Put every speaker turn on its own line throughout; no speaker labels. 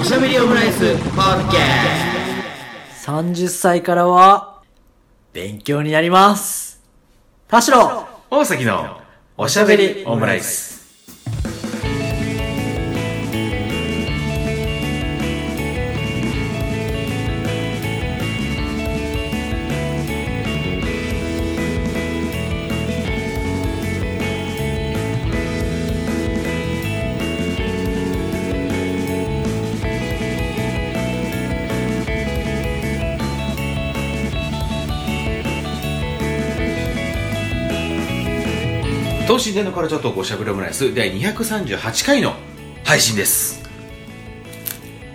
おしゃべりオムライスポッケ
30歳からは、勉強になります。田代
大崎のおしゃべりオムライス。等身大のカルチャートークおしゃべりオムライス第238回の配信です。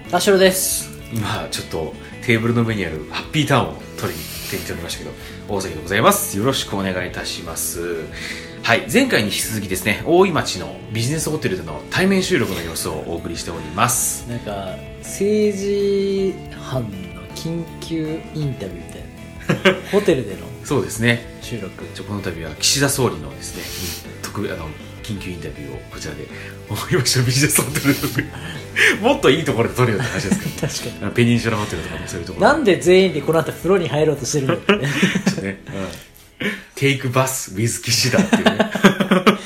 田代です。
今、ちょっとテーブルの上にあるハッピーターンを取りに手に取りましたけど、大崎でございます。よろしくお願いいたします。はい、前回に引き続きですね、大井町のビジネスホテルでの対面収録の様子をお送りしております。
なんか、政治班の緊急インタビューみたいな ね。ホテルでの
そうですね。
収録。
じゃあこの度は岸田総理のですね特別あの緊急インタビューをこちらで思いましたビジネスホテルのもっといいところで撮るような話ですけど
確かに。
あのペニンシュラホテルとかもそういうところ
なんで全員でこの後風呂に入ろうとしてるのってね
ちょっとね、うんテイクバス with 岸田っていうね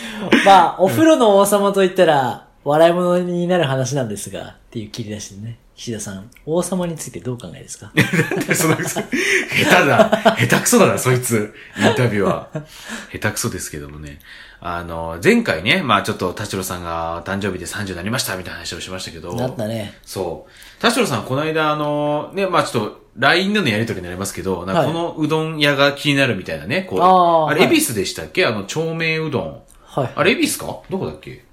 まあ、お風呂の王様といったら、笑い物になる話なんですが、っていう切り出しでね。岸田さん、王様についてどうお考えです か
なんでその下手だ下手くそだなそいつインタビューは下手くそですけどもねあの前回ねまあちょっと田代さんが誕生日で30になりましたみたいな話をしましたけど
なったね。
そう。田代さん、この間、あの、ね、まあちょっと、LINE でのやりとりになりますけど、なんか
はい
このうどん屋が気になるみたいなね、こう。
あー
あれ、
は
恵
い
比寿でしたっけあの、長命うどん。
はい。
あれ、恵比寿かどこだっけ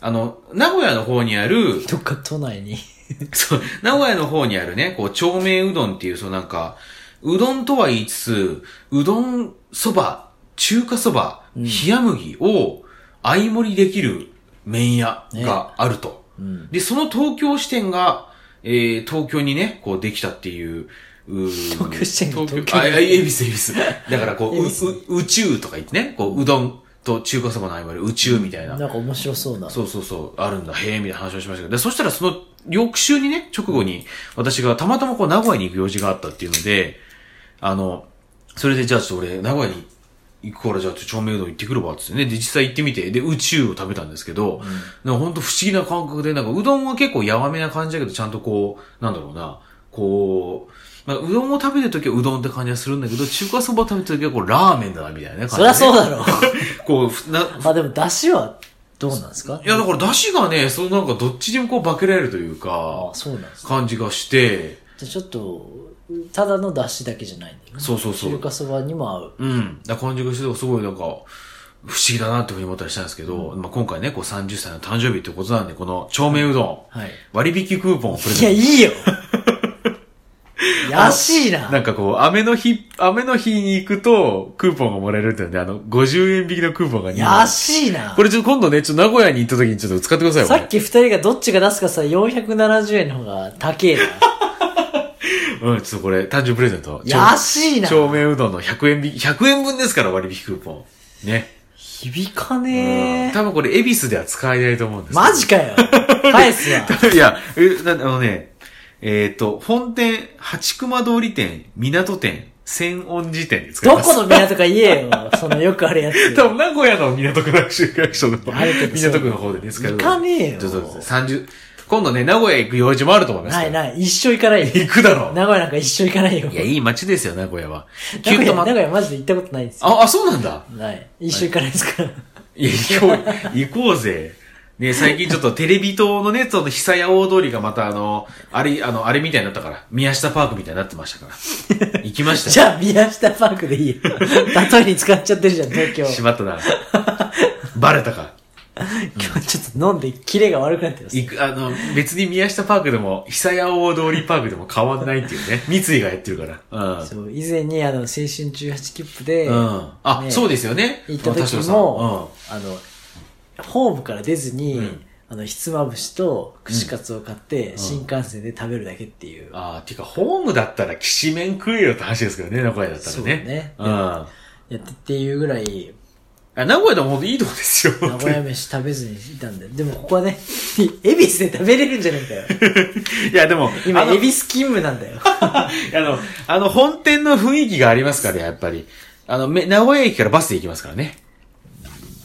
あの、名古屋の方にある、
どっか都内に。
そう、名古屋の方にあるね、こう、長命うどんっていう、そうなんか、うどんとは言いつつ、うどんそば、中華そば、冷麦を相盛りできる麺屋があると。
うん。
で、その東京支店が、えー、東京にね、こうできたっていう、う東
東京支店が
東京、
東京
あ、あ恵比寿、恵比寿。だからこう、う
恵比寿
う、宇宙とか言ってね、こう、うどんと中華そばの合間で宇宙みたいな。
なんか面白そうな。
そうそうそう、あるんだ、へえ、みたいな話をしましたけど、でそしたらその、翌週にね、直後に、私がたまたまこう、名古屋に行く用事があったっていうので、あの、それでじゃあちょっと俺、名古屋に行くからじゃあちょっと長命うどん行ってくるわ、つってね。で、実際行ってみて、で、宇宙を食べたんですけど、なんかほんと不思議な感覚で、なんかうどんは結構やわめな感じだけど、ちゃんとこう、なんだろうな、こう、まあ、うどんを食べてるときはうどんって感じがするんだけど、中華そばを食べてるときはこう、ラーメンだな、みたいなね。感じ
そりゃそうだろう。
う。 こうふな、
まあでも、出汁はどうなんですか
いや、だから出汁がね、そのなんかどっちにもこう化けられるという
あ
か、
そうなんですか。
感じがして、
じゃあちょっと、ただの出汁だけじゃないんだよね。
そうそうそう
中華そばにも合う。
うん、だ感じがして、すごいなんか、不思議だなっていうふうに思ったりしたんですけど、まあ今回ね、こう30歳の誕生日ってことなんで、この、長麺うどん、
はい。
割引クーポンをプレ
いや、
ゼ
い
ン
いよ 安い
ト。
な
なんかこう、雨の日、雨の日に行くと、クーポンがもらえるっていうね、あの、50円引きのクーポンが2枚
安いな
これちょっと今度ね、ちょっと名古屋に行った時にちょっと使ってくださいよ、こ
さ
れ
っき二人がどっちが出すかさ、470円の方が高え な。
うん、ちょっとこれ、誕生日プレゼント。
安いな
長麺うどんの100円引き、100円分ですから割引クーポン。ね。
響か
うん
ねえ。
多分これ、恵比寿では使えないと思うんですけど
マジかよ返すわ。
いや、え、なあのね、えっ、と、本店、八熊通り店、港店、千音寺店で使い
ど
ます。
この港か言えよ。そのよくあるやつ。
多分名古屋の港区の集客所の、
あるけどそう
港区の方でね、使える
行かねえよ
ちょっと、三十、今度ね、名古屋行く用事もあると思います
な
から。
いない。一生行かないよ。
行くだろう。
名古屋なんか一生行かないよ。
いや、いい街ですよ、名古屋は。
名
キュ
古
ッと
屋、名
ま、
古屋マジで行ったことないんですよ。
あ、あ、そうなんだ。
ない。一生行かないです から。
いや、行こう、行こうぜ。ね、最近ちょっとテレビ塔のね、その久屋大通りがまたあの、あれ、あの、あれみたいになったから、宮下パークみたいになってましたから。行きましたよ
じゃあ、宮下パークでいい よ。例えに使っちゃってるじゃん、東京。
しまったな。バレたか。
今日ちょっと飲んで、キレが悪くなってます。
行く、あの、別に宮下パークでも、久屋大通りパークでも変わんないっていうね。三井がやってるから。うん。
そう、以前にあの、青春18切符で、
うん。あ、
ね
そうですよね。
行った時
田代さん
も、あの、ホームから出ずに、
うん
あの、ひつまぶしと串カツを買って、新幹線で食べるだけっていう。
うん。あーてか、ホームだったら、きしめん食えよって話ですけどね、名古屋だったらね。
そうね
うん。
やってっていうぐらい、
あ名古屋でも本当いいとこですよ。
名古屋飯食べずにいたんで。でもここはね、 恵比寿で食べれるんじゃねえんだ よ。
いや、でも、
今、
あの
恵比寿勤務なんだよ。
あの、あの、本店の雰囲気がありますから、やっぱり。あの、め名古屋駅からバスで行きますから ね。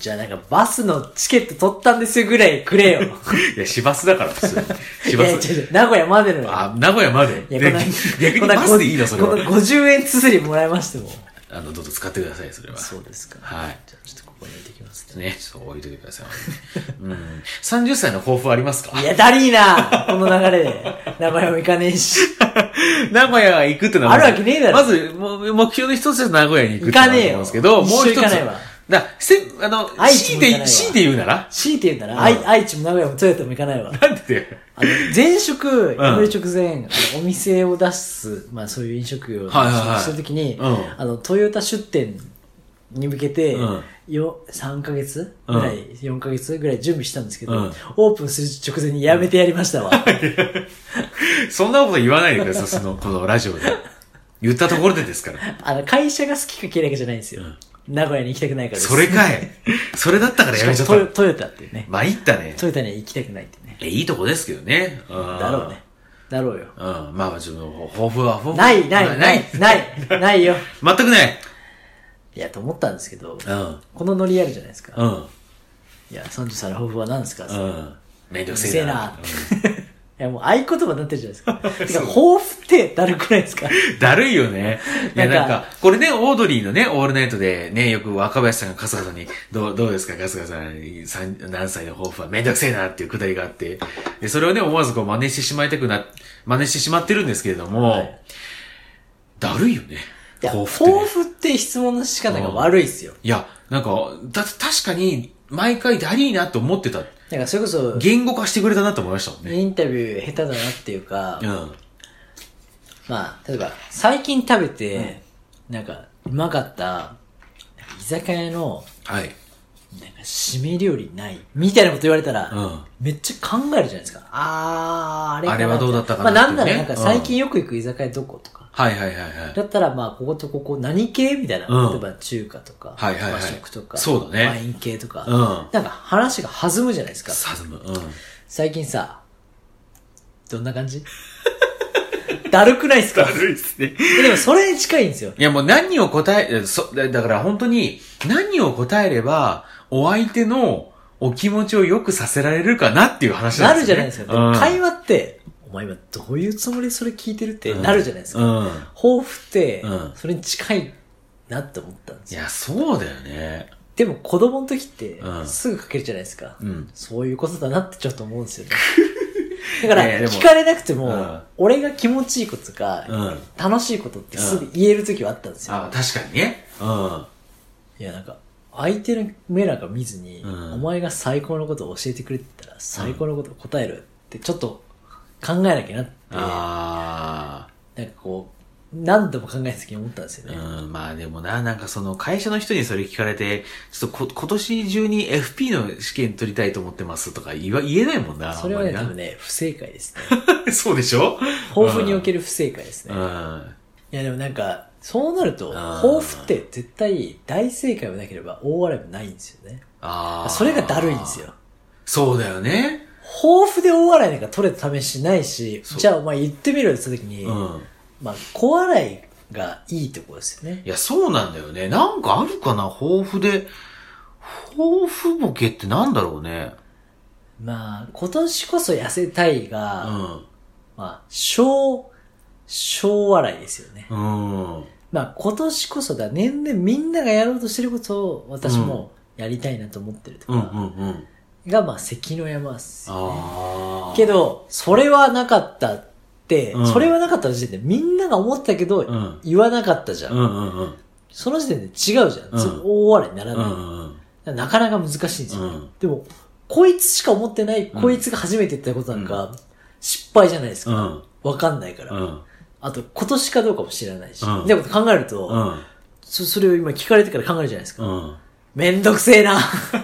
じゃあなんかバスのチケット取ったんですよぐらいくれよ。
いや、市バスだから、 普通に。
い
市バ
や、違う
ス。
違う、名古屋までのよ。
あ、名古屋まで。
いや、こんな
で逆にバスでいいの、それ
こんな
は。
50円つづりもらいましても。
あの、どうぞ使ってください、それは。
そうですか。
はい。
じゃあちょっとここに置いてきますね。
ね、ちょっと置いといてください。うん。30歳の抱負ありますか
いや、だりーなこの流れで。名古屋も行かねえし。
名古屋行くってのはまず
あるわけねえだろ
まず、もう目標の一つで名古屋に行くって
行かねえよ
のはあると思うんですけど、もう
一
一
緒
つ。
行かないわ
だからせ、あの、
愛知
強い
も行かない
て、
わ
強いて言うなら
強いて言うなら、愛愛知も名古屋もトヨタも行かないわ。
なんでだよ
あの前職、辞める直前、あのお店を出す、まあそういう飲食業を
はいはいはい
するときに、
うん
あの、トヨタ出店に向けて、
うん
よ3ヶ月ぐらい、4ヶ月ぐらい準備したんですけど、
うん
オープンする直前に辞めてやりましたわ。
そんなこと言わないでください、その、このラジオで。言ったところでです から。
あの、会社が好きか嫌いかじゃないんですよ。名古屋に行きたくないからです。
それかい。それだったからやめちゃ
し
っ
か
た
もトヨ
の。
トヨタっていうね。
まあ、いったね。
トヨタには行きたくないってね。
え、いいとこですけどね。うん
だろうね。。だろうよ。
うん。まあ、ちょっと、抱負は、抱負
ない、ない、ない、ない、ないよ。
全くない。
いや、と思ったんですけど、
うん。
このノリあるじゃないですか。
うん。
いや、30歳の抱負は何ですか、
う
い
ん。めんど
うる
くせ
せ
え
え
な
な。 や、もう合言葉になってるじゃない ですか。てか、抱負ってだるくないですか
だるいよね。いや、
なんか
なんか、これね、オードリーのね、オールナイトで、ね、よく若林さんが春日さんに、どう、どうですか、春日さんさん、何歳の抱負はめんどくせえなっていうくだりがあって、で、それをね、思わずこう真似してしまいたくな、真似してしまってるんですけれども、
はい
だるいよね。
いや、
抱
抱
負ってね、
負って質問の仕方が悪いっすよ。
いや、なんか、だ、確かに、毎回だりーなと思ってた。
なんか、それこそ、
言語化してくれたなと思いましたもんね。
インタビュー下手だなっていうか
う、ん。
まあ、例えば、最近食べて、なんか、うまかった、居酒屋の、
はい。
なんか、締め料理ないみたいなこと言われたら、
うん。
めっちゃ考えるじゃないですか。あー、あれかな
あれはどうだったかな
まあ、なんな
っていうね
ら、なんか、最近よく行く居酒屋どことか。
はいはいはいはい。
だったら、まあ、こことここ何系みたいな。
うん
例えば、中華とか、
はいはいはい
和食とか、
そうだね
ワイン系とか、
うん
なんか話が弾むじゃないですか。
サズム。うん。
最近さ、どんな感じ だるくない ですか
るいっすね。
えでも、それに近いんですよ。
いやもう何を答え、そ、だだから本当に何を答えればお相手のお気持ちを良くさせられるかなっていう話な
なん
で
る
す
じ
よ、
ゃない
ね。
ですか。でも会
話
話って、お前今どういうつもりでそれ聞いてるってなるじゃないですか。
うん。うん
抱負って
うん、
それに近いなって思ったんです
い
よ。
や、そうだよね。
でも子供の時って
う、ん
すぐ書けるじゃないですか。
うん。
そういうことだなってちょっと思うんですよ ね。だから
いやいやでも
聞かれなくても、
うん
俺が気持ちいいこととか、
うん
楽しいことってすぐ言える時はあったんですよ。
あ、確かにね。うん。
いやなんか、相手の目なんか見ずに、
うん
お前が最高のことを教えてくれてたら、最高のことを答えるってちょっと考えなきゃなって、
ああ。
なんかこう、何度も考えた時に思ったんですよね。
うん、まあでもな、なんかその会社の人にそれ聞かれて、ちょっとこ今年中に FP の試験取りたいと思ってますとか言わ言えないもんな。
それはね、多
あんま
分
り
ね、不正解ですね。
な そうでしょ
抱負にお
け
ける不正解ですね。
うん。
いやでもなんか、そうなると、
あー
抱負って絶対大正解はなければ大笑いもないんですよね。
ああ。
それがだるいんですよ。。
そうだよね。
抱負で大笑いなんか取れた試しないし、
そう
じゃあお前言ってみろよって言った時に、
うん。
まあ小笑いがいいとこですよね。
いや、そうなんだよね。なんかあるかな抱負で。抱負ボケってなんだろうね。
まあ今年こそ痩せたいうが、
ん。
まあ小、小笑いですよね。
うん。
まあ今年こそだ、年々みんながやろうとしてることを私もやりたいなと思ってると
うんうん
か、
うん。
がまあ関の山ですよね。
ああ。
けど、それはなかったって、
うん
それはなかった時点でみんなが思ったけど、
うん。
言わなかったじゃん,、
うんうんうん。
その時点で違うじゃん。
うん
それ大笑いになら
う
ない、
んうん
なかなか難しいんです
う
よ、
ん。
でも、こいつしか思ってない、
うん
こいつが初めて言ったことなんか、失敗じゃないです
う
か。
ん。
わ、かんないから、
うん。
あと、今年かどうかも知らないし。
うん
みたいなこと考えると、
うん。
そ、それを今聞かれてから考えるじゃないですか。
うん。
めんどくせえな。
い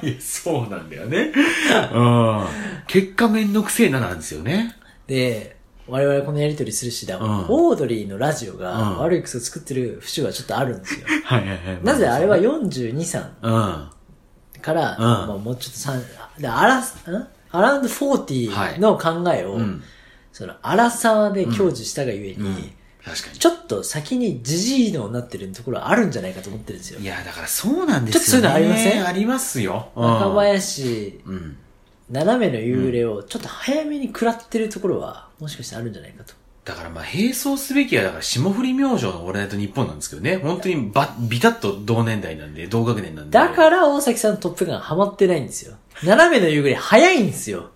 や、そうなんだよね。うん。結果めんどくせえななんですよね。
で、我々このやりとりするしだ、
うん
オードリーのラジオが
うん
悪い癖を作ってる節はちょっとあるんですよ。
はいはいはい
なぜあれは
よ。
42さん
うん。
から、
ん
まあ、もうちょっと三でアラスんアラウンド
はい
40の考えを、
うん
その、アラサーで享受したがゆえに、
うん確かに。
ちょっと先にジジイのなってるところあるんじゃないかと思ってるんですよ
い。や、だからそうなんで
ちょっとそう
すよ
いうの
ね。
ありません
ありますよ。うん
若林、
うん。
斜めの幽霊をちょっと早めに食らってるところは、もしかしてあるんじゃないかと。
だからまあ、並走すべきは、だから霜降り明星のオールナイト日本なんですけどね。本当にば、ビタッと同年代なんで、同学年なんで。、
だからら、大崎さんのトップガンハマってないんですよ。斜めの夕暮れ早いんですよ。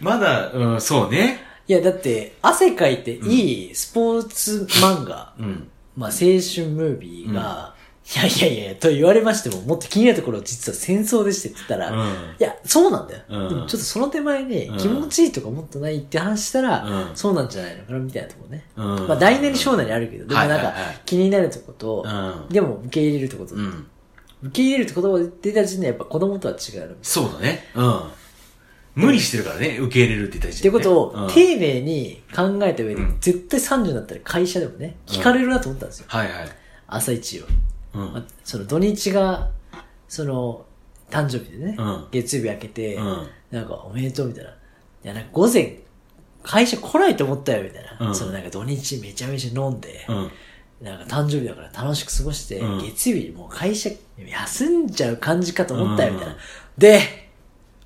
まだ、うん、そうね。
いや、だって、汗かいていいスポーツ漫画、
うん。
まあ、青春ムービーが、いやいやいや、と言われましても、もっと気になるところ、実は戦争でしてって言ったら、
う
い
ん。
や、そうなんだよ。
うん
でもちょっとその手前で
うん
気持ちいいとか思ってないって話したら、
うん
そうなんじゃないのかなみたいなとこね。
うん
まあ、大なり小なりあるけど、でもなん
はい
か
はいはい
気になるとこと、
うん
でも受け入れるとこと、
うん。
受け入れるって言葉が出た時点でやっぱ子供とは違うの。っ
そうだね。うん。無理してるからね、受け入れるって言った
て
時点でね
ことを
うん
丁寧に考えた上で、
うん
絶対30になったら会社でもね、聞かれるなと思ったんですよ。
はいはい。
朝一を。
う
まあ
ん。
その土日が、その、誕生日でね、
うん
月曜日明けて、
うん
なんかおめでとうみたいな。いや、なんか午前、会社来ないと思ったよみたいな。
うん
そのなんか土日めちゃめちゃ飲んで、
うん。
なんか誕生日だから楽しく過ごして、
うん
月曜日にもう会社休んじゃう感じかと思ったよみたいな。
うん
で、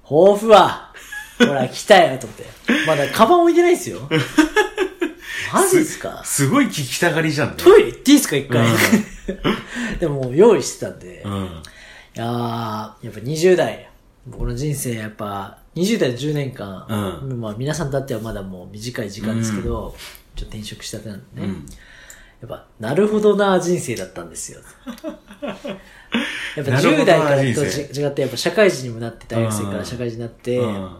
抱負は、ほら来たよと 思って。まだカバン置いてないですよ。マジっすか
すごい聞きたがりじゃんね。
トイレ行っていいですか一回。 でも用意してたんで、
う
い
ん。
やー、やっぱ20代、僕の人生やっぱ、20代の10年間、まあ皆さんだってはまだもう短い時間ですけど、ちょっと転職したてなんで
う
ね、
ん。
やっぱ、なるほどな人生だったんですよ。やっぱ
なるほ
10
ど
代
な
からと
人
違って、やっぱ社会人にもなって、大学生から社会人になって、
うん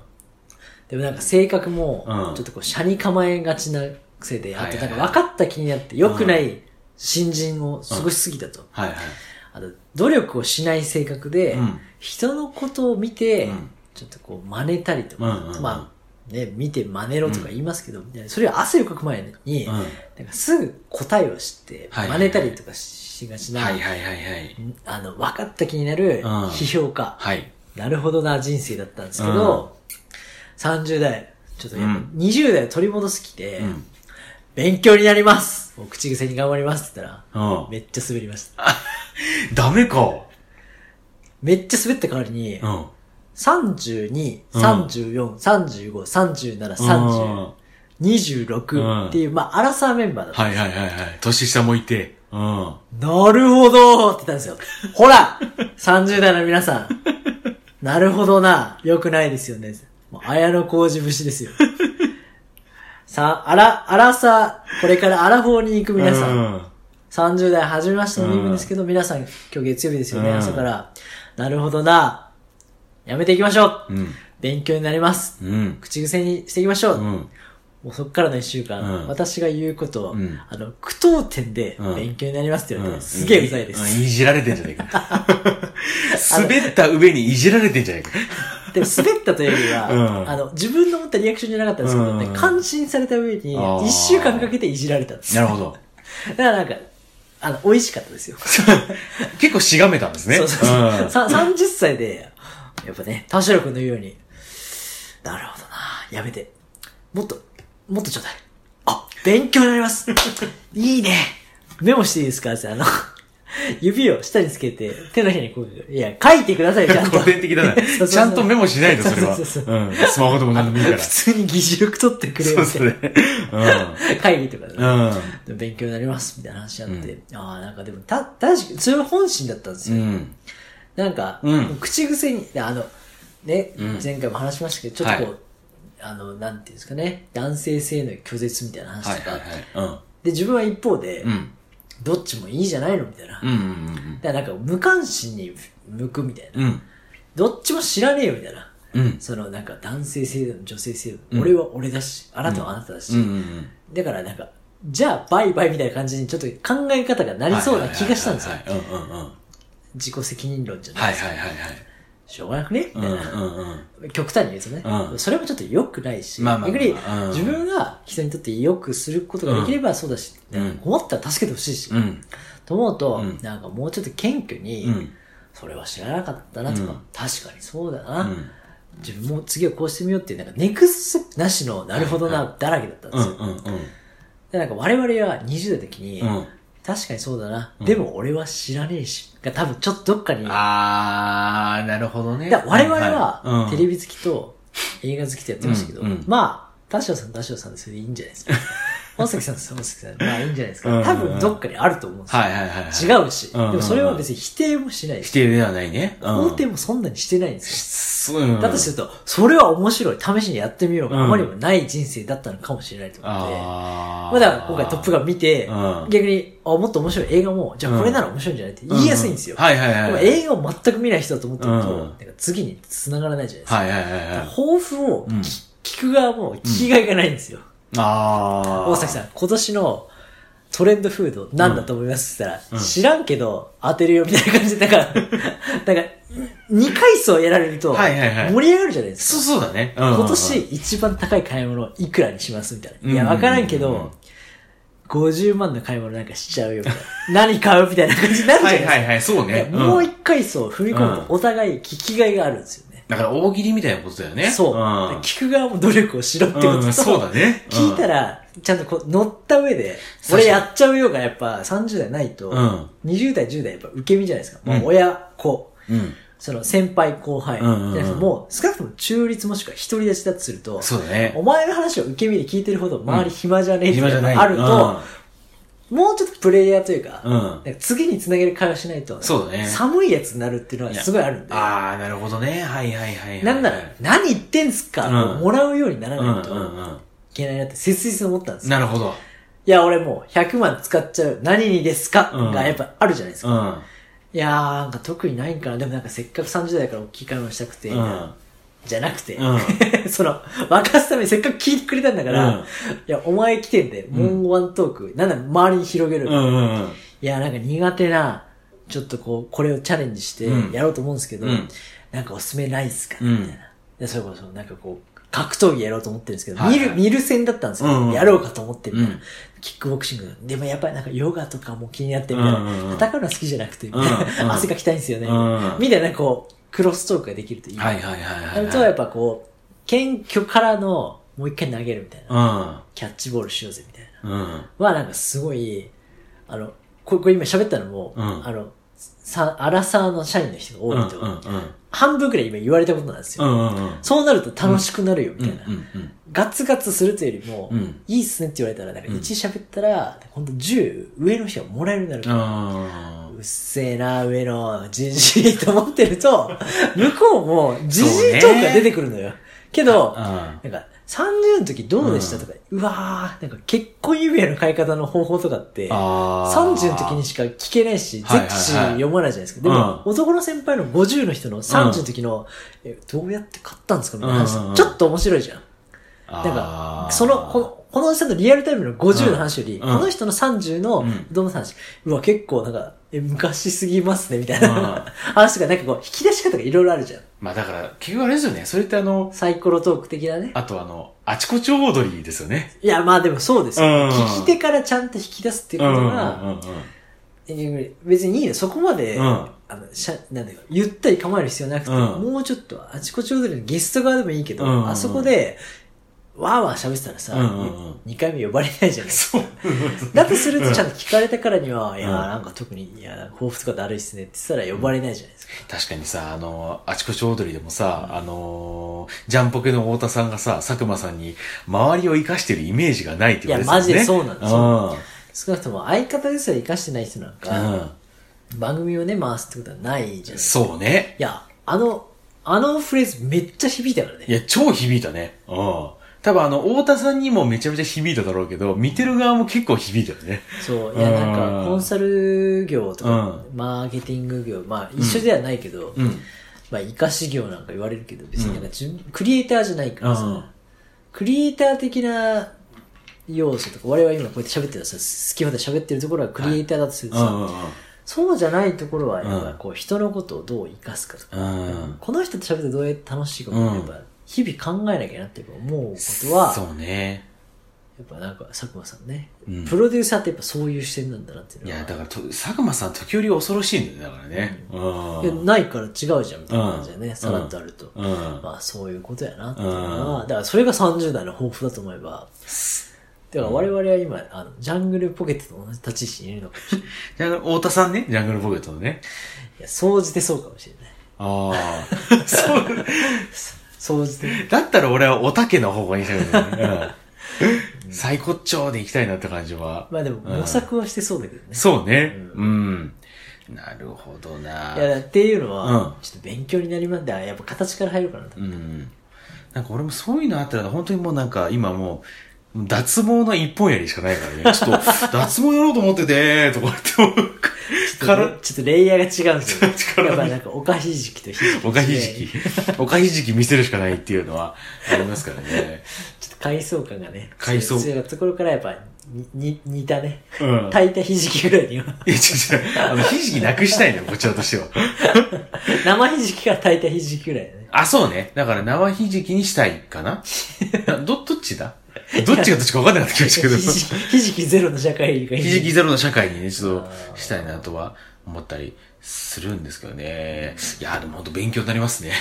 でもなんか性格も
う、ん
ちょっとこう、車に構えがちな癖で、あとなんか
はいはい
分かった気になって、良くない新人を過ごしすぎたと。
はいはい。
あと、努力をしない性格で、
うん
人のことを見て、
うん
ちょっとこう、真似たりとか、
うんうんうん
まあ、ね、見て真似ろとか言いますけど、みたいなそれは汗をかく前に、
うん。
なんかすぐ答えを知って、
はいはい
真似たりとかしがちな、
はいはいはいはい。
あの、分かった気になる
ん
批評家、
はい。
なるほどな人生だったんですけど、30代、ちょっとやっぱ20代を取り戻す気で、
うん。
勉強になりますお口癖に頑張りますって言ったら、
う
めっちゃ滑りました。
ん。ダメか。
めっちゃ滑った代わりに、
うん。
32、34、35、37、
うん
30、26っていう、まあ、アラサーメンバーだった。
はいはいはいはい。年下もいて。うん。
なるほどーって言っ たんですよ。ほら !30 代の皆さん。なるほどな。良くないですよね。もう、綾小路節ですよ。さ、あら、あらさ、これからアラフォーに行く皆さん。30代初めましての身分ですけど、皆さん、今日月曜日ですよね、
うん
朝から。なるほどな。やめていきましょう、
うん。
勉強になります。
うん。
口癖にしていきましょう。
うん。
もうそっからの一週間、
うん
私が言うことを、
うん
あの、苦闘点で
うん
勉強になりますって言われて、
うん。
すげえうざいです。
うんいじられてんじゃな いか。滑った上にいじられてんじゃないか。
でも滑ったというよりは、
うん
あの、自分の思ったリアクションじゃなかったんですけど、ね
うん
感心された上に、
あー
一週間かけていじられたんです。
なるほど。
だからなんか、あの、美味しかったですよ。
結構しがめたんですね。
そうそうそう。
ん
さ30歳で、やっぱね、田代君の言うように、なるほどなやめて。もっと、もっとちょうだい。あ、勉強になり ます。いいね。メモしていいですかって、あの、指を下につけて、手のひらにこう、いや、書いてくだ さい、ちゃんと。
古典的だ
そうそ
な。
うそう
ちゃんとメモしないと、それは。
そうそうそう
うん。スマホでも何でもいいから。
普通に議事録取ってくれよ、
そう
み
そ
た
す
い
ね。
な。会議とかで
う
ね
ん。うん。
で勉強になります、みたいな話あって。ああ、なんかでも、た、確かに、それは本心だったんですよ。
うん。
なんか、
うん
口癖に、あの、ね、
うん
前回も話しましたけど、ちょっとこう、
は
あの、なんていうんですかね、男性性の拒絶みたいな
は
話
い
とか、
はいはい。
で、自分は一方で、
うん。うん。
どっちもいいじゃないのみたいな。
うんうん
だからなんか、無関心に向くみたいな。
うん。うん。
どっちも知らねえよみたいな。
うん。
その、なんか、男性性の女性性、
うん
俺は俺だし、あなたはあなただし、
うんうん
だからなんか、じゃあ、バイバイみたいな感じにちょっと考え方がな
うん。
りそうな気がしたんですよ
は。いはいはいはいうんうんうん。
自己責任論じゃない
はい
で
はい
すか。
はいはい。
しょうがなくね
う
み
ん
たいな。
うんうん。
極端に言うとね、
うん
それもちょっと良くないし、
まあまあまあ
逆に
うん
自分が人にとって良くすることができればそうだし、
うん
思ったら助けてほしいし、
うん。
と思うと、
うん
なんかもうちょっと謙虚に、
うん。
それは知らなかったなとか、
うん
確かにそうだ
う
な、
ん。
自分も次はこうしてみようっていう、なんかネクストなしのなるほどなだらけだったんで
うん
す
う
よ。
んうん。
で、なんか我々は20代の時に、
うん。
確かにそうだな、
うん
でも俺は知らねえし、が多分ちょっとどっかに、
あー、なるほどね。
いや我々
い
は
うん
テレビ好きと映画好きとやってましたけど、
うんうん
まあ、田代さん田代さんでそれでいいんじゃない ですか。本崎さん本崎さん、まあいいんじゃないです
うんうん
か。
うん
多分どっかにあると思うんですよ。
はいはいはいはい。
違うし、
うんうんうん
でもそれは別に否定もしない
否
し、
定ではないね。うん
肯定もそんなにしてないんですよ。
そううん
だとすると、それは面白い、試しにやってみようが
うん
あまりもない人生だったのかもしれないと思って、
あー。
まあだから今回トップガン見て、
うん
逆に、あ、もっと面白い映画も、じゃあこれなら面白いんじゃないって言いやすいんですよ。
はいはいはい。
でも映画を全く見ない人だと思ってると、
うん
なんか次に繋がらないじゃないですか。
はいはいはいはい。
抱負を
うん
き聞く側も聞きがいがないんですよ。
あー。
大崎さん、今年のトレンドフードなんだと思いますって言ったら、
うん
知らんけど当てるよみたいな感じで、だから、 だから、2回層やられると、
はいはいはい
盛り上がるじゃないです
そう
か。
そうだね。今
今年一番高い買い物いくらにしますみたいな。い
うん
や、
うんうん
わからんけど、50万の買い物なんかしちゃうよみたいな。何買うみたいな感じになるじゃな
は
いで
い
すか。
はいはい、そうね。
いやもう
うん
一回層踏み込むとお互い聞きがいがあるんですよね。
だから大喜利みたいなことだよね。
そう。
ん
聞く側も努力をしろってことと、
うんそうだね。
聞いた
ら、
ら、ちゃんとこう乗った上で、
そう
俺やっちゃうよがやっぱ30代ないと、
うん
20代、10代やっぱ受け身じゃないですか。も
うん
う親、子、
うん。
その先輩、後輩。
うんうんうん
じゃなくてもう少なくとも中立もしくは独り立ちだとすると、
そうだね。
お前の話を受け身で聞いてるほど周り暇じゃねえってい
暇じゃ
うの
ない。
があると、もうちょっとプレイヤーというか、
うん、うん。
なんか次につなげる会話しないと、
そうだね
寒いやつになるっていうのはすごいあるんで。
あー、なるほどね。はいはいはいはい。
なんなら、何言ってんすか、
うん
もらうようになら
うん
ないと
うん
いうけないなって切実に思ったんです
ん。
よ。
なるほど。
いや、俺もう100万使っちゃう。何にですか
うん
がやっぱあるじゃないです
う
か。
ん。
いやー、なんか特にないんかな。でもなんかせっかく30代から大きい買い物したくて、
うん。
じゃなくて、
う
その、沸かすためにせっかく聞いてくれたんだから、
うん
いや、お前来てんで、もうワントーク、なんだ周りに広げる。
うんうんうん。
いや、なんか苦手な、ちょっとこう、これをチャレンジして
うん
やろうと思うんですけど、
うん
なんかおすすめないっすか
うん
みたいな。で、それこそ、なんかこう、格闘技やろうと思ってるんですけど、
はいはい
見る、見る戦だったんですけど、
うんうん
やろうかと思ってみたいな、
うん
キックボクシング。でもやっぱりなんかヨガとかも気になってみたいな。
うんうんうん
戦うのは好きじゃなくて、みたいな
うんうん
汗かきたいんですよね。みたいな
うん
みたいな、こう、クロストークができるといい。
はいはいはいはい、
あ
はい。
とはやっぱこう、謙虚からの、もう一回投げるみたいな。キャッチボールしようぜ、みたいな。
うん。うん。
はなんかすごい、あの、ここれ今喋ったのも、
うん
あの、さ、アラサーの社員の人が
う
多
ん
いと、
うんうん。
半分くらい今言われたことなんです
う
よ。
んうんうん。
そうなると楽しくなるよ、みたいな、
うんうん
ガツガツするというよりも、
うん。うん。
いいっすねって言われたら、なんか
うん
1喋ったら、ほんと10上の人がもらえるようになるから。
あ
うっせえな、上の、じじいと思ってる と、向こうも、じじいトークが出てくるのよ。けど、
あ。
なんか、30の時どうでしたとか、うわー、なんか結婚指輪の買い方の方法とかって、
ああ。
30の時にしか聞けないし、
はい
ゼ
はいはい
クシー読まないじゃないですか。で
うん
も、男の先輩の50の人の30の時の、えどうやって買ったんですかみたいな
うんうんうん
話、ちょっと面白いじゃん。
な
なんか、その、この、このおじさんのリアルタイムの50の話より、
ん
この人の30の
うん
どの話、うわ、結構なんか、え昔すぎますね、みたい
うん
な話とか、なんかこう、引き出し方がいろいろあるじゃん。
まあだから、結局あれですよね。それってあの、
サイコロトーク的なね。
あとあの、あちこちオードリーですよね。
いや、まあでもそうですよ。
うん
聞き手からちゃんと引き出すっていうことが、
んうんうん。
えー別にいいよ、そこまで、
うん
あのしゃなんだよゆったり構える必要なくて、
うん
もうちょっと、あちこち踊りのゲスト側でもいいけど、
うん
あそこで、わーわー喋ってたらさ、
うんうんうん
2回目呼ばれないじゃないですか。
そう。
だとすると、ちゃんと聞かれたからには、いやー
うん
なんか特に、いやー、抱負とかだるいっすねって言ったら呼ばれないじゃないですか。
確かにさ、あの、あちこちオードリーでもさ、あのー、ジャンポケの太田さんがさ、佐久間さんに、周りを生かしてるイメージがないって言われてたよね。
いやマジでそうなんです
よ
よ。少なくとも相方ですら活かしてない人なん
うん。
か、番組をね、回すってことはないじゃないです
う
か
ん。そうね。
いや、あの、あのフレーズめっちゃ響いたから
い
ね。
や、超響いたね。うん。多分あの、太田さんにもめちゃめちゃ響いただろうけど、見てる側も結構響いたよね。
そう。いや、なん
うん
か、コンサル業とか、マーケティング業、まあ、一緒ではないけど、
うん。
まあ、生かし業なんか言われるけど、別になんか自分、クリエイターじゃないからさ、
うん
クリエイター的な要素とか、我々今こうやって喋ってるさ、好きまで喋ってるところはクリエイターだとする
う
とさ、
んうん
そうじゃないところは、やっぱこう、人のことをどう生かすかとか、
うん。うん。
この人と喋ってどうやって楽しいかも、やっぱ、日々考えなきゃなって思うことは、
そうね。
やっぱなんか佐久間さんね、
うん
プロデューサーってやっぱそういう視点なんだなっていう
い
のは
や、だからと、佐久間さん時折恐ろしいんだよね、だからね。うん。
いやないから違うじゃんみたいな感じでね、
うん
さらっとあると、
うん。
まあそういうことやなっていうのは、だからそれが30代の抱負だと思えばだから我々は今あのジャングルポケットと同じ立ち位置にいるのかもしれない
ジャングル、太田さんね、ジャングルポケットのね。
いや総じてそうかもしれない
ああ。そう。
総じて
だったら俺はおたけの方がいいんだ けどね。うん。最高潮で行きたいなって感じは。
まあでも模索はしてそうだけどね、
そうね。うん。なるほどな。
いやっていうのは、
うん
ちょっと勉強になりますだからやっぱ形から入るかなと、
うん。なんか俺もそういうのあったら、本当にもうなんか今もう、脱毛の一本やりしかないからね。ちょ っと、脱毛やろうと思ってて、とか言ってもう、
ちょっ
から
とちょっとレイヤーが違うんですよ、ね
力。
やっぱなんかおかひじきとひじき。
おかひじ。き、おかひじき見せるしかないっていうのはありますからね。
ちょっと階層感がね。
階層
そういうところからやっぱ、に、に似たね。
うん。
炊いたひじきぐらいに は。
いや、ちょっと、あの、ひじきなくしたいのよ、こちらとしては。
生ひじきから炊いたひじきぐらいだね。
あ、そうね。だから生ひじきにしたい かなど、どっちだどっちがどっちか分かんなくなってきました
ひ
けど。
じき、ひじきゼロの社会がいい。
ひじきゼロの社会にね、ちょっとしたいなとは思ったりするんですけどね。いや、でも本当勉強になりますね。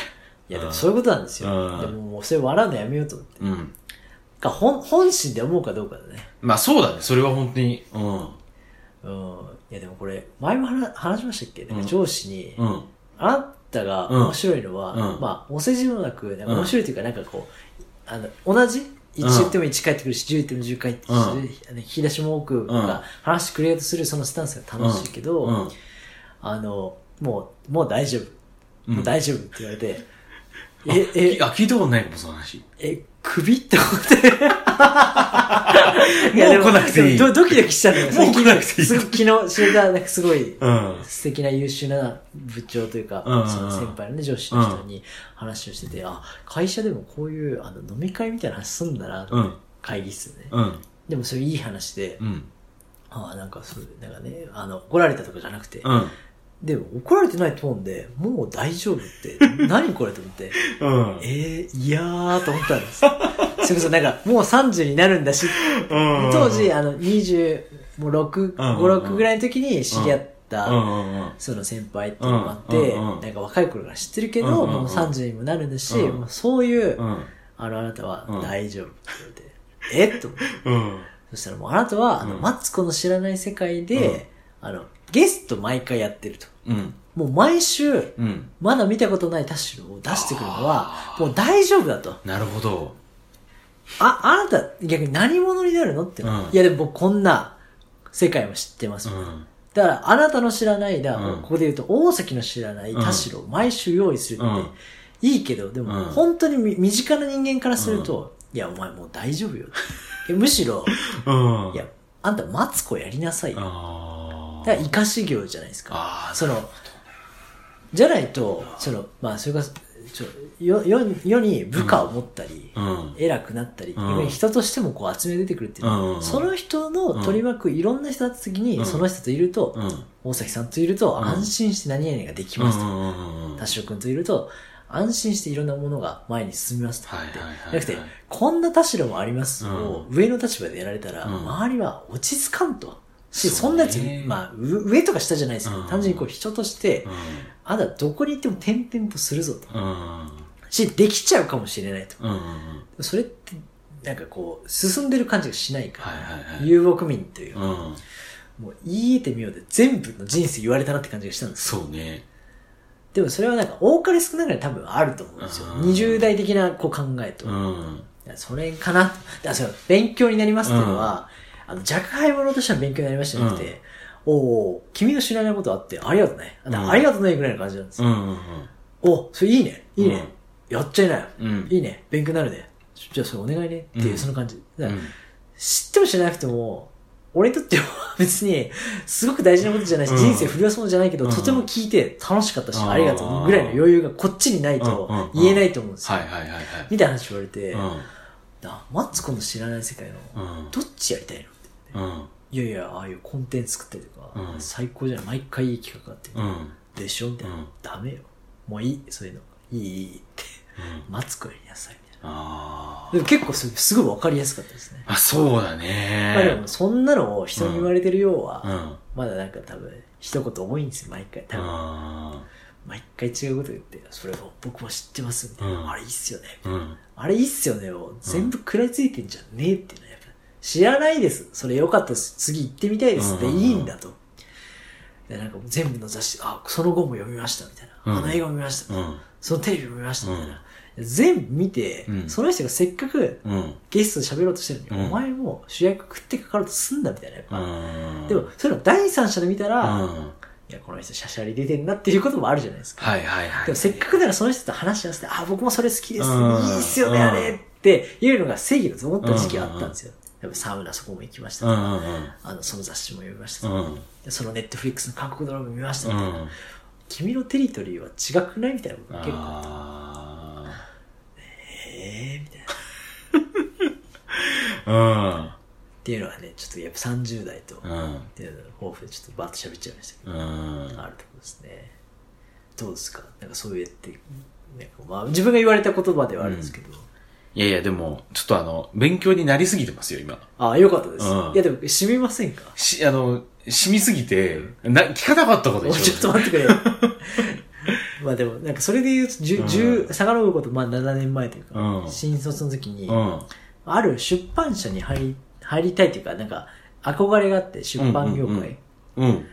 いやでもそういうことなんです
う
よ。
ん
でももうそれ笑うのやめようと思って。
うん。
か、本、本心で思うかどうかだね。
まあそうだね。それは本当に。うん。
うん。いやでもこれ、前も話話しましたっけなんか上司に、
うん。
あなたが面白いのは、
うん
まあ、お世辞もなく、なんか面白いというか、なんかこう、あの、同じ1言っても1返ってくるし、10言っても10返ってくるし、あの引き出しも多く、
ん
なんか話してくれようとするそのスタンスが楽しいけど、
うん。
あの、もう、もう大丈夫。
うん
もう大丈夫って言われて、え、え、
あ、聞いたことないかも、その話。
え、首って思 って。いや
もう来なくていい
でもドドキドキしちゃったよ
もう来なくていい
すご昨日知れた、なんかすごい、
うん。
素敵な優秀な部長というか、
うんうんうん
その先輩のね、上司の人に話をしてて、あ、会社でもこういうあの飲み会みたいな話すんだな、
うん。
会議室でね。
うん。
でもそれいい話で、
うん。
あなんかそう、なんかね、あの、怒られたとかじゃなくて、
うん。
でも怒られてないトーンで、もう大丈夫って、 何これと思って、
うん。
えー、いやーと思ったんですよ。それこそなんか、もう30になるんだし当時、あの、26、5、6ぐらいの時に知り合った、
うんうんうん。
その先輩っていうのがあって、
うんうんうん
なんか若い頃から知ってるけど、
うんうんうん
もう30にもなるんだし、
うん
もうそういう、
うん。
あの、あなたは
うん
大丈夫って言われて、えっと思って。
うん。
そしたらもうあなたは、あの、
うん
マツコの知らない世界で、あの、ゲスト毎回やってると。
うん。
もう毎週、
うん。
まだ見たことないタッシュを出してくるのは
あ、ー
もう大丈夫だと。
なるほど。
あ、あなた逆に何者になるのって、
うん
いやでも僕こんな世界も知ってます
う
もん、
ん。
だから、あなたの知らない、だ、
うん
ここで言うと、大崎の知らない田代を毎週用意するって、
うん
いいけど、でも、
うん
本当にみ身近な人間からすると、いや、お前もう大丈夫よ。いやむしろ、
うん。
いや、あんたマツコやりなさいよ。
あ
だか
ー
ら、生かし業じゃないですか。
あー。
その、じゃないと、その、まあ、それが、ちょ世世に世に部下を持ったり、
うん。
偉くなったり、
うん
逆に人としてもこう集め出てくるっていうのは、
うん。
その人の取り巻くいろんな人だった時に、
うん
その人といると、
うん。
大崎さんといると
うん
安心して何々ができ
うんう
ますと。
んうんうん。
田代くんといると安心していろんなものが前に進みますと。
はいはいはいはい。
じゃなくて、こんな田代もありますを上の立場でやられたら、
うん
周りは落ち着かんと。し、そ
そ
ん
う
な
ね
やつ、まあ、う上とか下じゃないですけど、
うん
単純にこう人として、あなたどこに行っても転々とするぞと。
うん。うん。
し、できちゃうかもしれないと。
うんうんうん。
それって、なんかこう、進んでる感じがしないから、
はいはいはい。
遊牧民というか
うん。
もう言い得てみようで全部の人生言われたなって感じがしたんです
そうね。
でもそれはなんか多かれ少なかれ多分あると思うんですよ。
うん
20代的なこう考えと。
う
だか
ん。
らそれかな。だからその勉強になりますっていうのは、あの、若輩者としての勉強になりましたじゃなくて、おお君の知らないことあってありがとうね。だからありがとうねぐらいの感じなんです
う
よ。
んうん
おそれいいね。いいね。やっちゃいなよ。
うん。うん。
いいね。勉強になるね。じゃあそれお願いね。っていうう、
ん
その感じ。だ
う
から
ん
知っても知らなくても、俺にとっては 別に、すごく大事なことじゃないし、
うん
人生振り出すものじゃないけど、
うん
とても聞いて楽しかったし、
うん
ありがとうぐらいの余裕がこっちにない
うんうん
と
うん
言えないと思うんですよ。
はいはいはいはい。
みたいな話言われて、
う
あマツコの知らない世界の、
ん。うん。
どっちやりたいのって
うん。
いやいや、ああいうコンテンツ作ったりとか、
うん
最高じゃない毎回いい企画があって、
うん。
でしょみたいな、
うん
ダメよ。もういい、そういうの。いい、いいって。マツコやりなさい、みたいな。
あ
でも結構それすごいわかりやすかったですね。
あ。あ、そう
ま
だ
あで
ね
も、。そんなのを人に言われてるようは、
うん。
まだなんか多分、一言多いんですよ、毎回。多分、
あ
毎回違うこと言って、それを僕も知ってます、みたいな。
うん
あれいいっすよね。
ーうん。
あれいいっすよねを全部食らいついてんじゃねえっていうのはやっぱ知らないです。それ良かったです。次行ってみたいですってい
うんうんうん
いんだと。で、なんかもう全部の雑誌、あ、その後も読みましたみたいな。
うん
あの映画も見ました。
うん。
そのテレビも見ましたみたいな。全部見て、
うん
その人がせっかく
うん。
ゲストで喋ろうとしてるのに、
うん
お前も主役食ってかかるとすんだみたいな。やっぱ
うん。
でも、そういうの第三者で見た
うん、
ら、い
は
や、この人シャシャリ出てんなっていうこともあるじゃないですか。
いはいはい。
でもせっかくならその人と話し合わせて、あ、僕もそれ好きです。
うん
いいっすよね、
うん
あれっていうのが正義だと思った時期があったんですよ。やっぱサウナそこも行きました
う
と
んう
か、
んうん。
あの、その雑誌も読みました
う
とか、
ん。
でそのネットフリックスの韓国ドラマ見ましたと
う
か、
ん。
君のテリトリーは違くないみたいなことが結構、
あ
えーみたいな。っ
あ。
ていうのはね、ちょっとやっぱ30代と、
うん。うん。
っていうのの抱負でちょっとバーッと喋っちゃいましたけ
うん
ど、。あるところですね。どうですかなんかそうやって、なんかまあ自分が言われた言葉ではあるんですけど、
いやいや、でも、ちょっとあの、勉強になりすぎてますよ、今。
ああ、よかったです。
うん
いやでも、染みませんか
し、あの、染みすぎて、な、聞かなかったこと
おいちょっと待ってくれ よ。まあでも、なんかそれで言うと、じゅ
うん
じゅ遡ること、まあ7年前というか、
うん
新卒の時に、
うん。
ある出版社に入り、入りたいというか、なんか、憧れがあって、出版業界。
うんうんうん。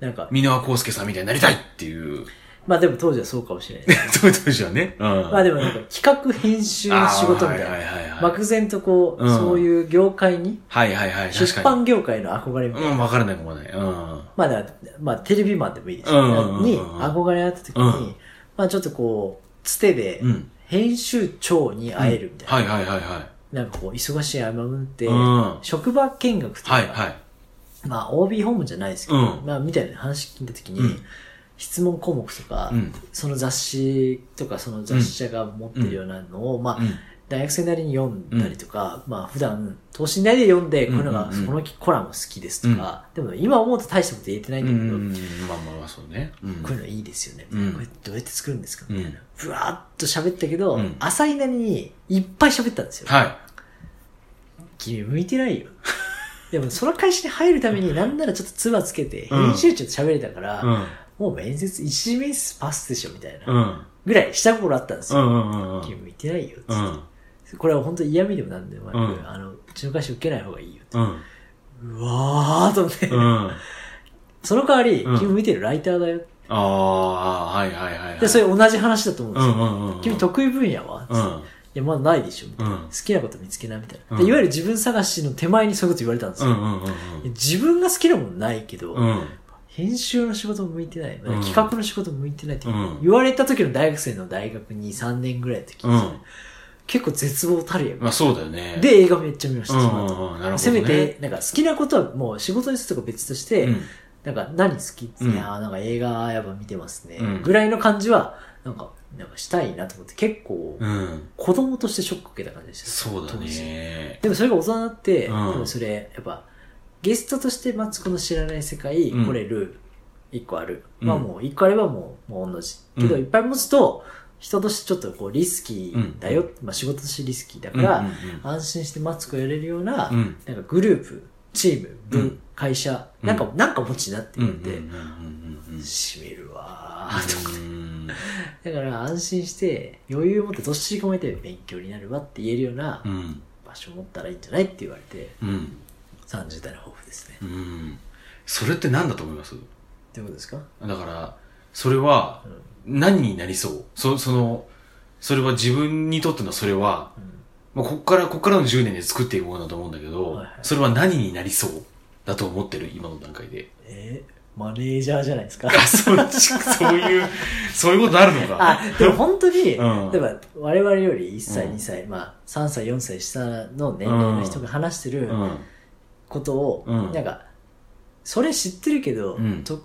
なんか、
箕輪康介さんみたいになりたいっていう。
まあでも当時はそうかもしれないです。
そういうことですよね。うん。
まあでもなんか、企画編集の仕事みたいな。
あーはいはいはいはい。
漠然とこう、
うん
そういう業界に、
はいはいはい。確か
出
に。
版業界の憧れみたいな。
うん、わからないかもね。うん。
まあだから、まあ、テレビマンでもいいですけ
うんうんうん
ど、
うん
に憧れあった時に、
うん
まあちょっとこう、つてで
うん、
編集長に会えるみたいな。
はいはいはいはい。
なんかこう、忙しい合間を縫って、
うん
職場見学とか、
はいはい。
まあ OB 訪問じゃないですけど、
うん
まあみたいな話聞いた時に、
うん
質問項目とか、
うん
その雑誌とかその雑誌社が持ってるようなのを、まあ、
うん。
大学生なりに読んだりとか、まあ普段、等身大で読んで、こういうのが、
うんうんうん
このコラム好きですとか、でも今思うと大したこと言えてないん
う
だけど、
ん。まあまあまあ、そうね。うん
こういうのいいですよね。
うん
これどうやって作るんですか
うん
みたいな。ぶわーっと喋ったけど、
うん
浅いなりにいっぱい喋ったんですよ。
はい。
君向いてないよ。 でもその会社に入るためになんならちょっとツバつけて、
うん
編集長と喋れたから、
うん。
もう面接、一次面接パスでしょみたいな。
うん。
ぐらい下心あったんです
う
よ。
んうんうんうん。
君向いてないよっつって。
うん。
これは本当に嫌味でもなんでもなく、
うん
あの、うちの会社受けない方がいいよって。
うん。
うわーと思って、
うん。あ
その代わり、
うん
君向いてるライターだよ。
あー、はいはいはいはい。
で、それ同じ話だと思うんで
う
すよ。
んうんうんうん。
君得意分野は、
うん。はい
や、まだないでしょ、みたいな。
うん
好きなこと見つけな、みたいな、
う
で。
ん
いわゆる自分探しの手前にそういうこと言われたんです
うん
よ。
うんうん
いや自分が好きなもんないけど、
うん。うん。
編集の仕事も向いてない、
うん
企画の仕事も向いてないって
うん
言われた時の大学生の大学に3年ぐらいの時、
うん。
結構絶望たるやん
まあそうだよね。
で、映画めっちゃ見まし
う
た、
ん
そ
うん
の
う
後
ん、なるほど、ね。
せめて、なんか好きなことはもう仕事にするとか別として、
うん、
なんか何好きって、
うん
いやーなんか映画やっぱ見てますね、
うん
ぐらいの感じは、なんか、なんかしたいなと思って結構、
うん。
子供としてショック受けた感じでした。
そうだ
当時
ね。
でもそれが大人になって、
うん
でもそれ、やっぱ、ゲストとしてマツコの知らない世界、
うん
これルール、一個ある。
うん
まあもう、一個あればもう、もう同じ。けど、
うん
いっぱい持つと、人としてちょっとこう、リスキーだよ。
う
まあ仕事としてリスキーだから、
うん
安心してマツコやれるような、
うんうん。
なんかグループ、チーム、部、
うん
会社、
うん
なんか、なんか持ちなって
うん。
言って、
うんうんうんうんうん。
しみるわーと思って
うん
だから安心して、余裕を持ってどっしり構えて勉強になるわって言えるような
うん。
場所を持ったらいいんじゃないって言われて、
うん。
30代の抱負ですね。
うん。それって何だと思います
ってことですか
だから、それは
うん、
何になりそうそ、その、それは自分にとってのそれは、まあ、こっから、こっからの10年で作っていこうかなと思うんだけど、
はいはい
それは何になりそうだと思ってる今の段階で。
えーマネージャーじゃないです か
あ、そっち、そういう、そういうことあるのか。
あ、でも本当に、
うん
例えば我々より1歳、
うん
2歳、まあ3歳、4歳下の年齢の人が話してる
うん。
ことを、
うん
なんか、それ知ってるけど、
うん
と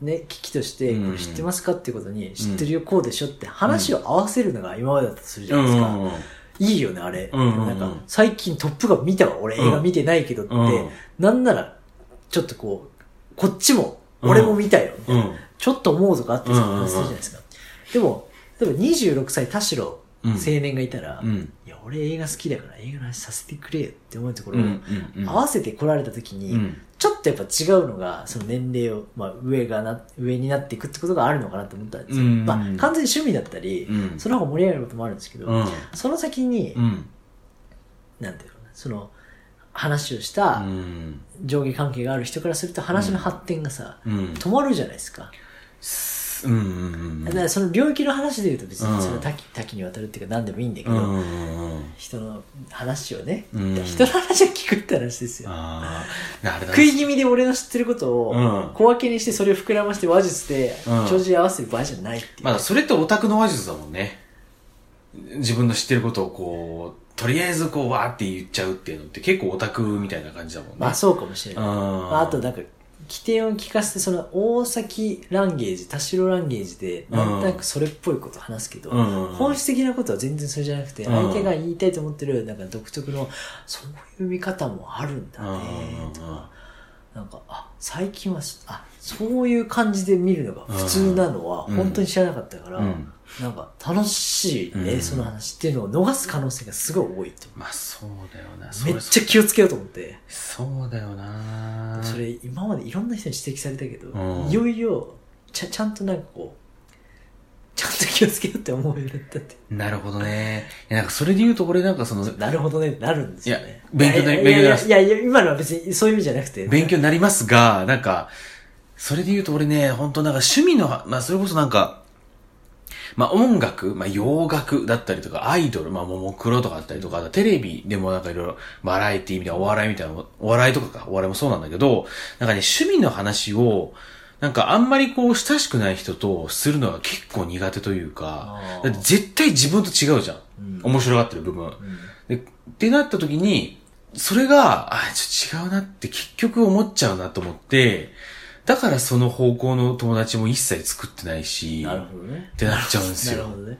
ね、機器として、
うん
これ知ってますかってことに、知ってるよ、こうでしょって話を合わせるのが今までだとするじゃないですか。
うんうんうん
いいよね、あれ。
うんうんうん
なんか、最近トップガン見たわ、俺
うん
映画見てないけどって、
うん
なんなら、ちょっとこう、こっちも、俺も見たよ、みたいなちょっと思うとかあって
うん
さ、
うんうん
話するじゃないですか。でも、例えば26歳田代青
うん
年がいたら、
うん
いや、俺映画好きだから映画の話させてくれよって思うとこ
う
ろ、
んうんうん。
合わせて来られた時に、
うん
ちょっとやっぱ違うのが、その年齢を、まあ、上がな、上になっていくってことがあるのかなと思ったんですよ。
うん
まあ、完全に趣味だったり、
うん
その方が盛り上がることもあるんですけど、
うん
その先に、
うん。
なんていうのかな、その、話をした
うん。
上下関係がある人からすると話の発展がさ、
うん。
止まるじゃないですか。
うんうんうん。
だからその領域の話で言うと別
うん
にその多岐多岐にわたるっていうか何でもいいんだけ
うんう
ど、
んうん。
人の話をね、
うん
人の話を聞くって話ですよ。
ああ、あれだ
食い気味で俺の知ってることを
うん
小分けにしてそれを膨らまして話術で
うん
調子合わせる場合じゃないっていう。
まだそれってオタクの話術だもんね。自分の知ってることをこう、とりあえずこう、わーって言っちゃうっていうのって結構オタクみたいな感じだもんね。
まあそうかもしれない。まあ、
あ
あとなんか、起点を聞かせて、その大崎ランゲージ、田代ランゲージで、なんとなくそれっぽいこと話すけど、
うん
本質的なことは全然それじゃなくて、
うん
相手が言いたいと思ってる、なんか独特の、そういう見方もあるんだね、とか、なんか、あ、最近は、あ、そういう感じで見るのが普通なのは、
うん
本当に知らなかったから、
うん
なんか楽しいね、
うん
その話っていうのを逃す可能性がすごい多いと思
まあそうだよな。
う。
そ
め
れ
っちゃ気をつけようと思って。
そうだよな。
それ今までいろんな人に指摘されたけど、
うん
いよいよちゃちゃんとなんかこうちゃんと気をつけようって思うようになったって
なるほどね。いやなんかそれで言うと 俺なんかその、
なるほどねってなるんですよね
いや勉強になり
いやいや
勉強になります
いやいやいや今のは別にそういう意味じゃなくて
勉強になりますが、なんか、それで言うと俺ね、本当なんか趣味の、まあそれこそなんか、まあ音楽、まあ洋楽だったりとか、アイドル、まあももクロとかだったりとか、テレビでもなんかいろいろバラエティみたいなお笑いみたいなの、お笑いとかか、お笑いもそうなんだけど、なんかね、趣味の話を、なんかあんまりこう親しくない人とするのは結構苦手というか
あ、ー
だって絶対自分と違うじゃん。
うん
面白がってる部分。
うん
で、ってなった時に、それが、あ、ちょっと違うなって結局思っちゃうなと思って、だからその方向の友達も一切作ってないし、
なる
っ
ほどね
てなっちゃうんです
なるほ
よ。
どね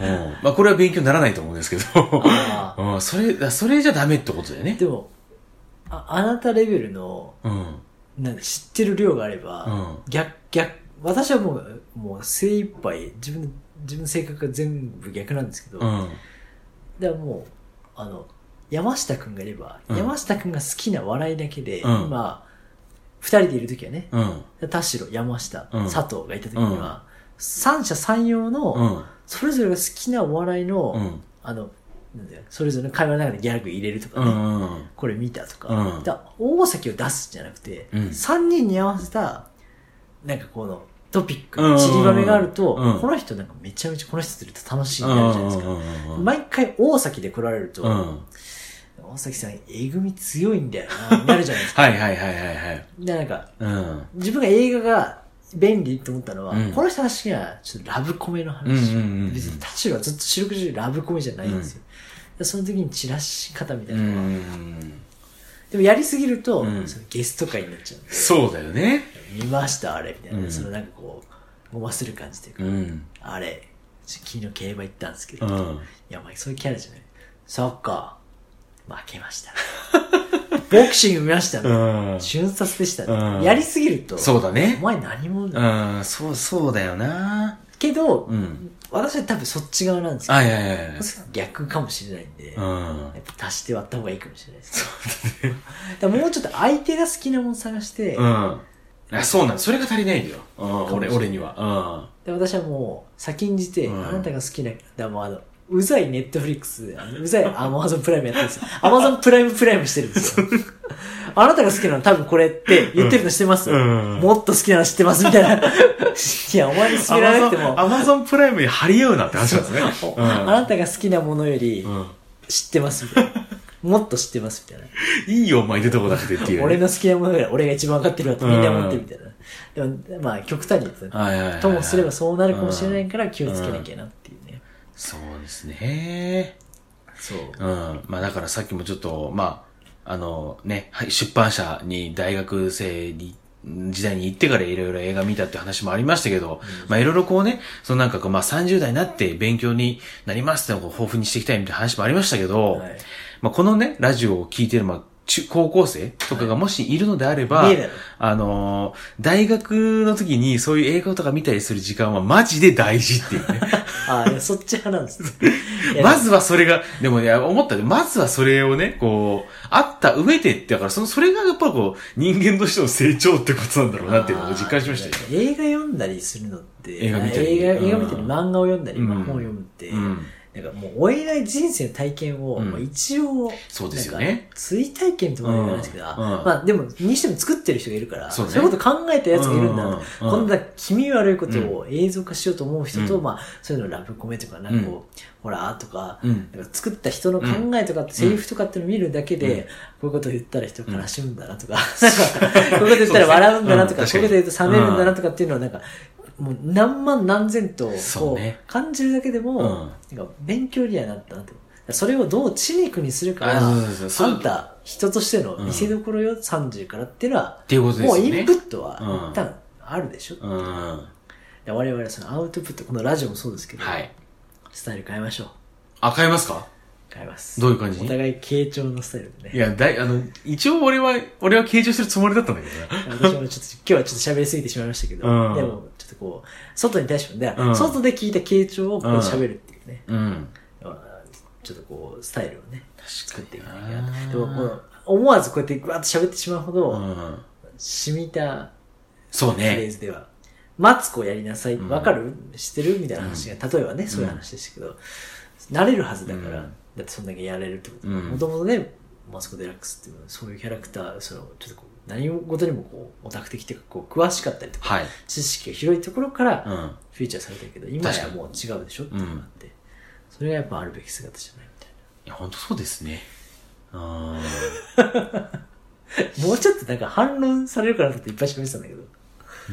うん。まあこれは勉強にならないと思うんですけど、
あ
うん、それ、だそれじゃダメってことだよね。
でもああなたレベルの
うん。
なんか知ってる量があれば、
うん
逆逆私はもうもう精一杯自分自分の性格が全部逆なんですけど、
うん。
だからもうあの山下くんがいれば、
うん
山下くんが好きな笑いだけで、
うん
今二人でいる時はね
うん。
田代山下、
うん
佐藤がいた時には、三者三様
う
の
ん。
それぞれが好きなお笑いの、
うん。
あのなんだよそれぞれの会話の中でギャグ入れるとか
う
ね、
ん。
これ見たとか,、
うん
だから大崎を出すじゃなくて、
うん
三人に合わせたなんかこのトピックの散りばめがあると、
うん
この人なんかめちゃめちゃこの人すると楽しい
うん。
みたいなるじゃないですか、
うん。
毎回大崎で来られると、
うん。
大崎さん、えぐみ強いんだよな、なるじゃない ですか。
はいはいはいはいはい。
で、なんか、
うん。
自分が映画が便利と思ったのは、
うん
この人たちがちょっとラブコメの
うんうん
話。
うん
別に、田代はずっと四六時中ラブコメじゃないんですよ。でその時に散らし方みた
う
いなのが、
ん。
でもやりすぎると、
うん
そのゲスト会になっちゃうんで
そうだよね。
見ました、あれ、みたいな。
うん
そのなんかこう、ごまする感じというか、
うん。
あれ、ちょ昨日競馬行ったんですけ
う
ど、
ん。
いや、お前そういうキャラじゃない。そっか。負けました。 ボクシング見ました、ね。
うん。
瞬殺でした、
うん
ね。やりすぎると、
そうだね
お。前何もな
うん、そう、そうだよな。
けど、
うん。
私は多分そっち側なんですけど、
あ、いやいやいや。
逆かもしれないんで、
う
や
ん。
っぱ足して割った方がいいかもしれないです。だからもうちょっと相手が好きなもの探して、
うん。あ、そうなの。それが足りないんだよ。うん、俺、
かもし
俺には。
で私はもう先んじて、
うん
あなたが好きな、だからもうあの、うざいネットフリックス、あのうざいアマゾンプライムやってるんですよ。アマゾンプライムプライムしてるんです よ。あなたが好きなの多分これって言ってるの知ってます、
うん
もっと好きなの知ってますみたいな。 いや、お前に
うん。
勧められなくても、
アマゾンプライムに張り合うなって話なんですね。
あなたが好きなものより
うん。うん
知ってますみたいな。もっと知ってますみたい
いいよ、お前出てこなくてってい
な。
う。
俺の好きなものより俺が一番分かってるわってみんな思ってるみたいな。でも、まあ、極端に言うと、
はいはいはいはい
ともすればそうなるかもしれないから気をつけなきゃなっていうね。
そうですね。
そう。
うん。まあだからさっきもちょっと、まあ、あのね、はい出版社に大学生に、ん時代に行ってからいろいろ映画見たって話もありましたけど、まあいろいろこうね、そのなんかこう、まあ30代になって勉強になりますってのをこう豊富にしていきたいみたいな話もありましたけど、
はい
まあこのね、ラジオを聞いてる、まあ中高校生とかがもしいるのであれば、
見えない
あのー大学の時にそういう映画とか見たりする時間はマジで大事っていうね。
ああ、いやそっち派なんですね。 いや
まずはそれが、でもね、思ったねまずはそれをね、こう、あった上でって、だからその、それがやっぱこう、人間としての成長ってことなんだろうなっていうのを実感しましたよ。
あー映画読んだりするのって、
映画見たり
映画映画見たり
うん
漫画を読んだり、
うん
まあ本を読むって、
うん。
なんかもうお偉い人生の体験を、
うん
まあ一応、
そうですよね。
追体験ってものは言わないですけど、あ
うん
まあでも、にしても作ってる人がいるから、そ,、
そううね
いうこと考えたやつがいるんだなと、
うん
こんな気味悪いことを映像化しようと思う人と、
うん
まあそういうのラブコメとか、なんかこう、ホラーとか、
うん。
なんか作った人の考えとかって、セリフとかってのを見るだけで、こういうことを言ったら人悲しむんだ なとか、なんか、こういうこと言ったら笑うんだなとか、
そう
こういう
で
こ
す
と
ね
言うと冷めるんだなとかっていうのは、なんか、もう何万何千と、
そう
こ
ね
う、感じるだけでも、
う
なんか勉強にはなったなと。それをどう血肉にするか
あ、
ら、
そうそうそう。
あんた、人としての見せどころよ、30からっていうのは
っ、ていうことです
も
よ
う
ね。
インプットは
うん
一旦あるでしょ。
うん。は
で我々はそのアウトプット、このラジオもそうですけど、
い。
スタイル変えましょう。
あ、変えますか
変えます。
どういう感
お
じ
互い傾聴のスタイルで
い
ね。
や、だい、あの、一応俺は、俺は計上してるつもりだったんだけどな。
私もちょっと、今日はちょっと喋りすぎてしまいましたけど、
うん
でも、ちょっとこう、外に出してもね、
うん
外で聞いた傾聴をこう喋るっていうね、
うん。
まあちょっとこう、スタイルをね、作っていかなきゃ
確かに
でも、こう思わずこうやってわーっと喋ってしまうほど、
うん。
染みた
そう
フレ
ね
ー。ズでは、マツコやりなさい、
ん
わかる知ってるみたいな話が、例えばね、そういう話でしたけど、慣れるはずだから、
うん
だってそんだけやれるってこと。
うん
もともとね、マツコ・デラックスっていうのは、そういうキャラクター、その、ちょっとこう、何事にもこう、オタク的というか、こう、詳しかったりとか、
はい。
知識が広いところから、
うん。
フィーチャーされたけど、今
確
や
かに
もう違うでしょっていうのがあって、それがやっぱあるべき姿じゃないみたい
いや、ほんとそうですね。うん。
な。もうちょっとなんか反論されるかなと思っていっぱい喋ってたんだけど、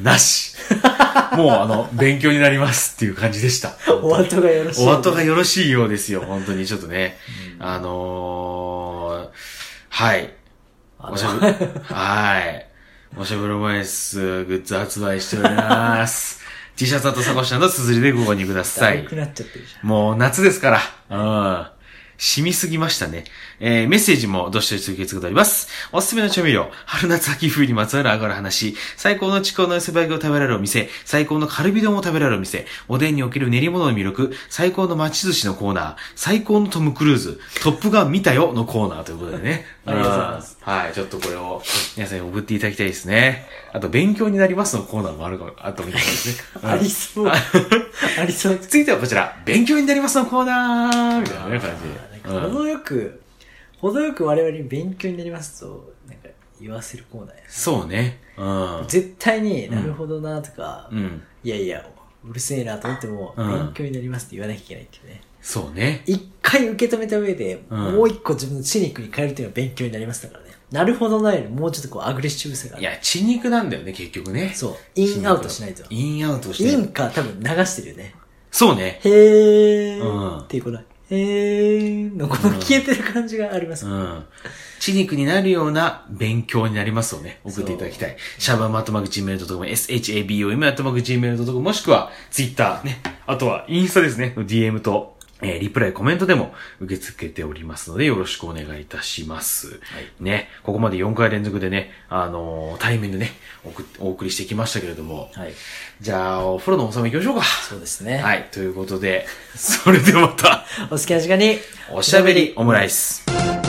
なし もうあの、勉強になりますっていう感じでした。
お後がよろしい
お
ようで。
後がよろしいようですよ、本当に。ちょっとね。あのー、はい。
あの
おしゃぶ、はい。おしゃぶろボイスグッズ発売してお ります。T シャツあとサコシちゃんのすずりでご購入くださ
だ
い
るく。なっちゃってるじゃん。
もう夏ですから。うん。染みすぎましたね。えー、メッセージもどしどし受け付けております。おすすめの調味料、春夏秋冬にまつわる上がる話、最高の地高の寄せバイクを食べられるお店、最高のカルビ丼を食べられるお店、おでんにおける練り物の魅力、最高の町寿司のコーナー、最高のトム・クルーズ、トップガン見たよのコーナーということでね
。ありがとうございます。
うん。はい、ちょっとこれを皆さんに送っていただきたいですね。あと、勉強になりますのコーナーもあるか、あったみたいですね
ありそう。あ りそう。
続いてはこちら、勉強になりますのコーナーみたいなね、感
あ
じ
ー
で
なんか
うん。
程よく、程よく我々に勉強になりますと、なんか言わせるコーナーや。
そうね。うん。
絶対になるほどなとか、
うん。
いやいや、うるせえなと思っても、
うん
勉強になりますって言わなきゃいけないっていうね。
そうね。
一回受け止めた上で、
うん
もう一個自分の血肉に変えるというのは勉強になりますだからね。なるほどなよりもうちょっとこうアグレッシブさがあ
い
る。
や、血肉なんだよね、結局ね。
そう。インアウトしないと。
インアウトし
イ
て
ン。か多分流してるよね。
そうね。
へー、
うん
っていうこの、へーのこの消えてる感じがあります。
うん。血肉になるような勉強になりますをね、送っていただきたい。シャバームアットマグ Gmail.com、shabom アットマグ Gmail.com、もしくは、ツイッターね、あとはインスタですね、の DM と、えーリプライ、コメントでも受け付けておりますので、よろしくお願いいたします。ね、ここまで4回連続でね、あのー対面でね、送っお送りしてきましたけれども、
はい。
じゃあ、お風呂のおさめ行きましょうか。
そうですね。
はい、ということで、それではまた、
お好きな時間に、
おしゃべりオムライス。
お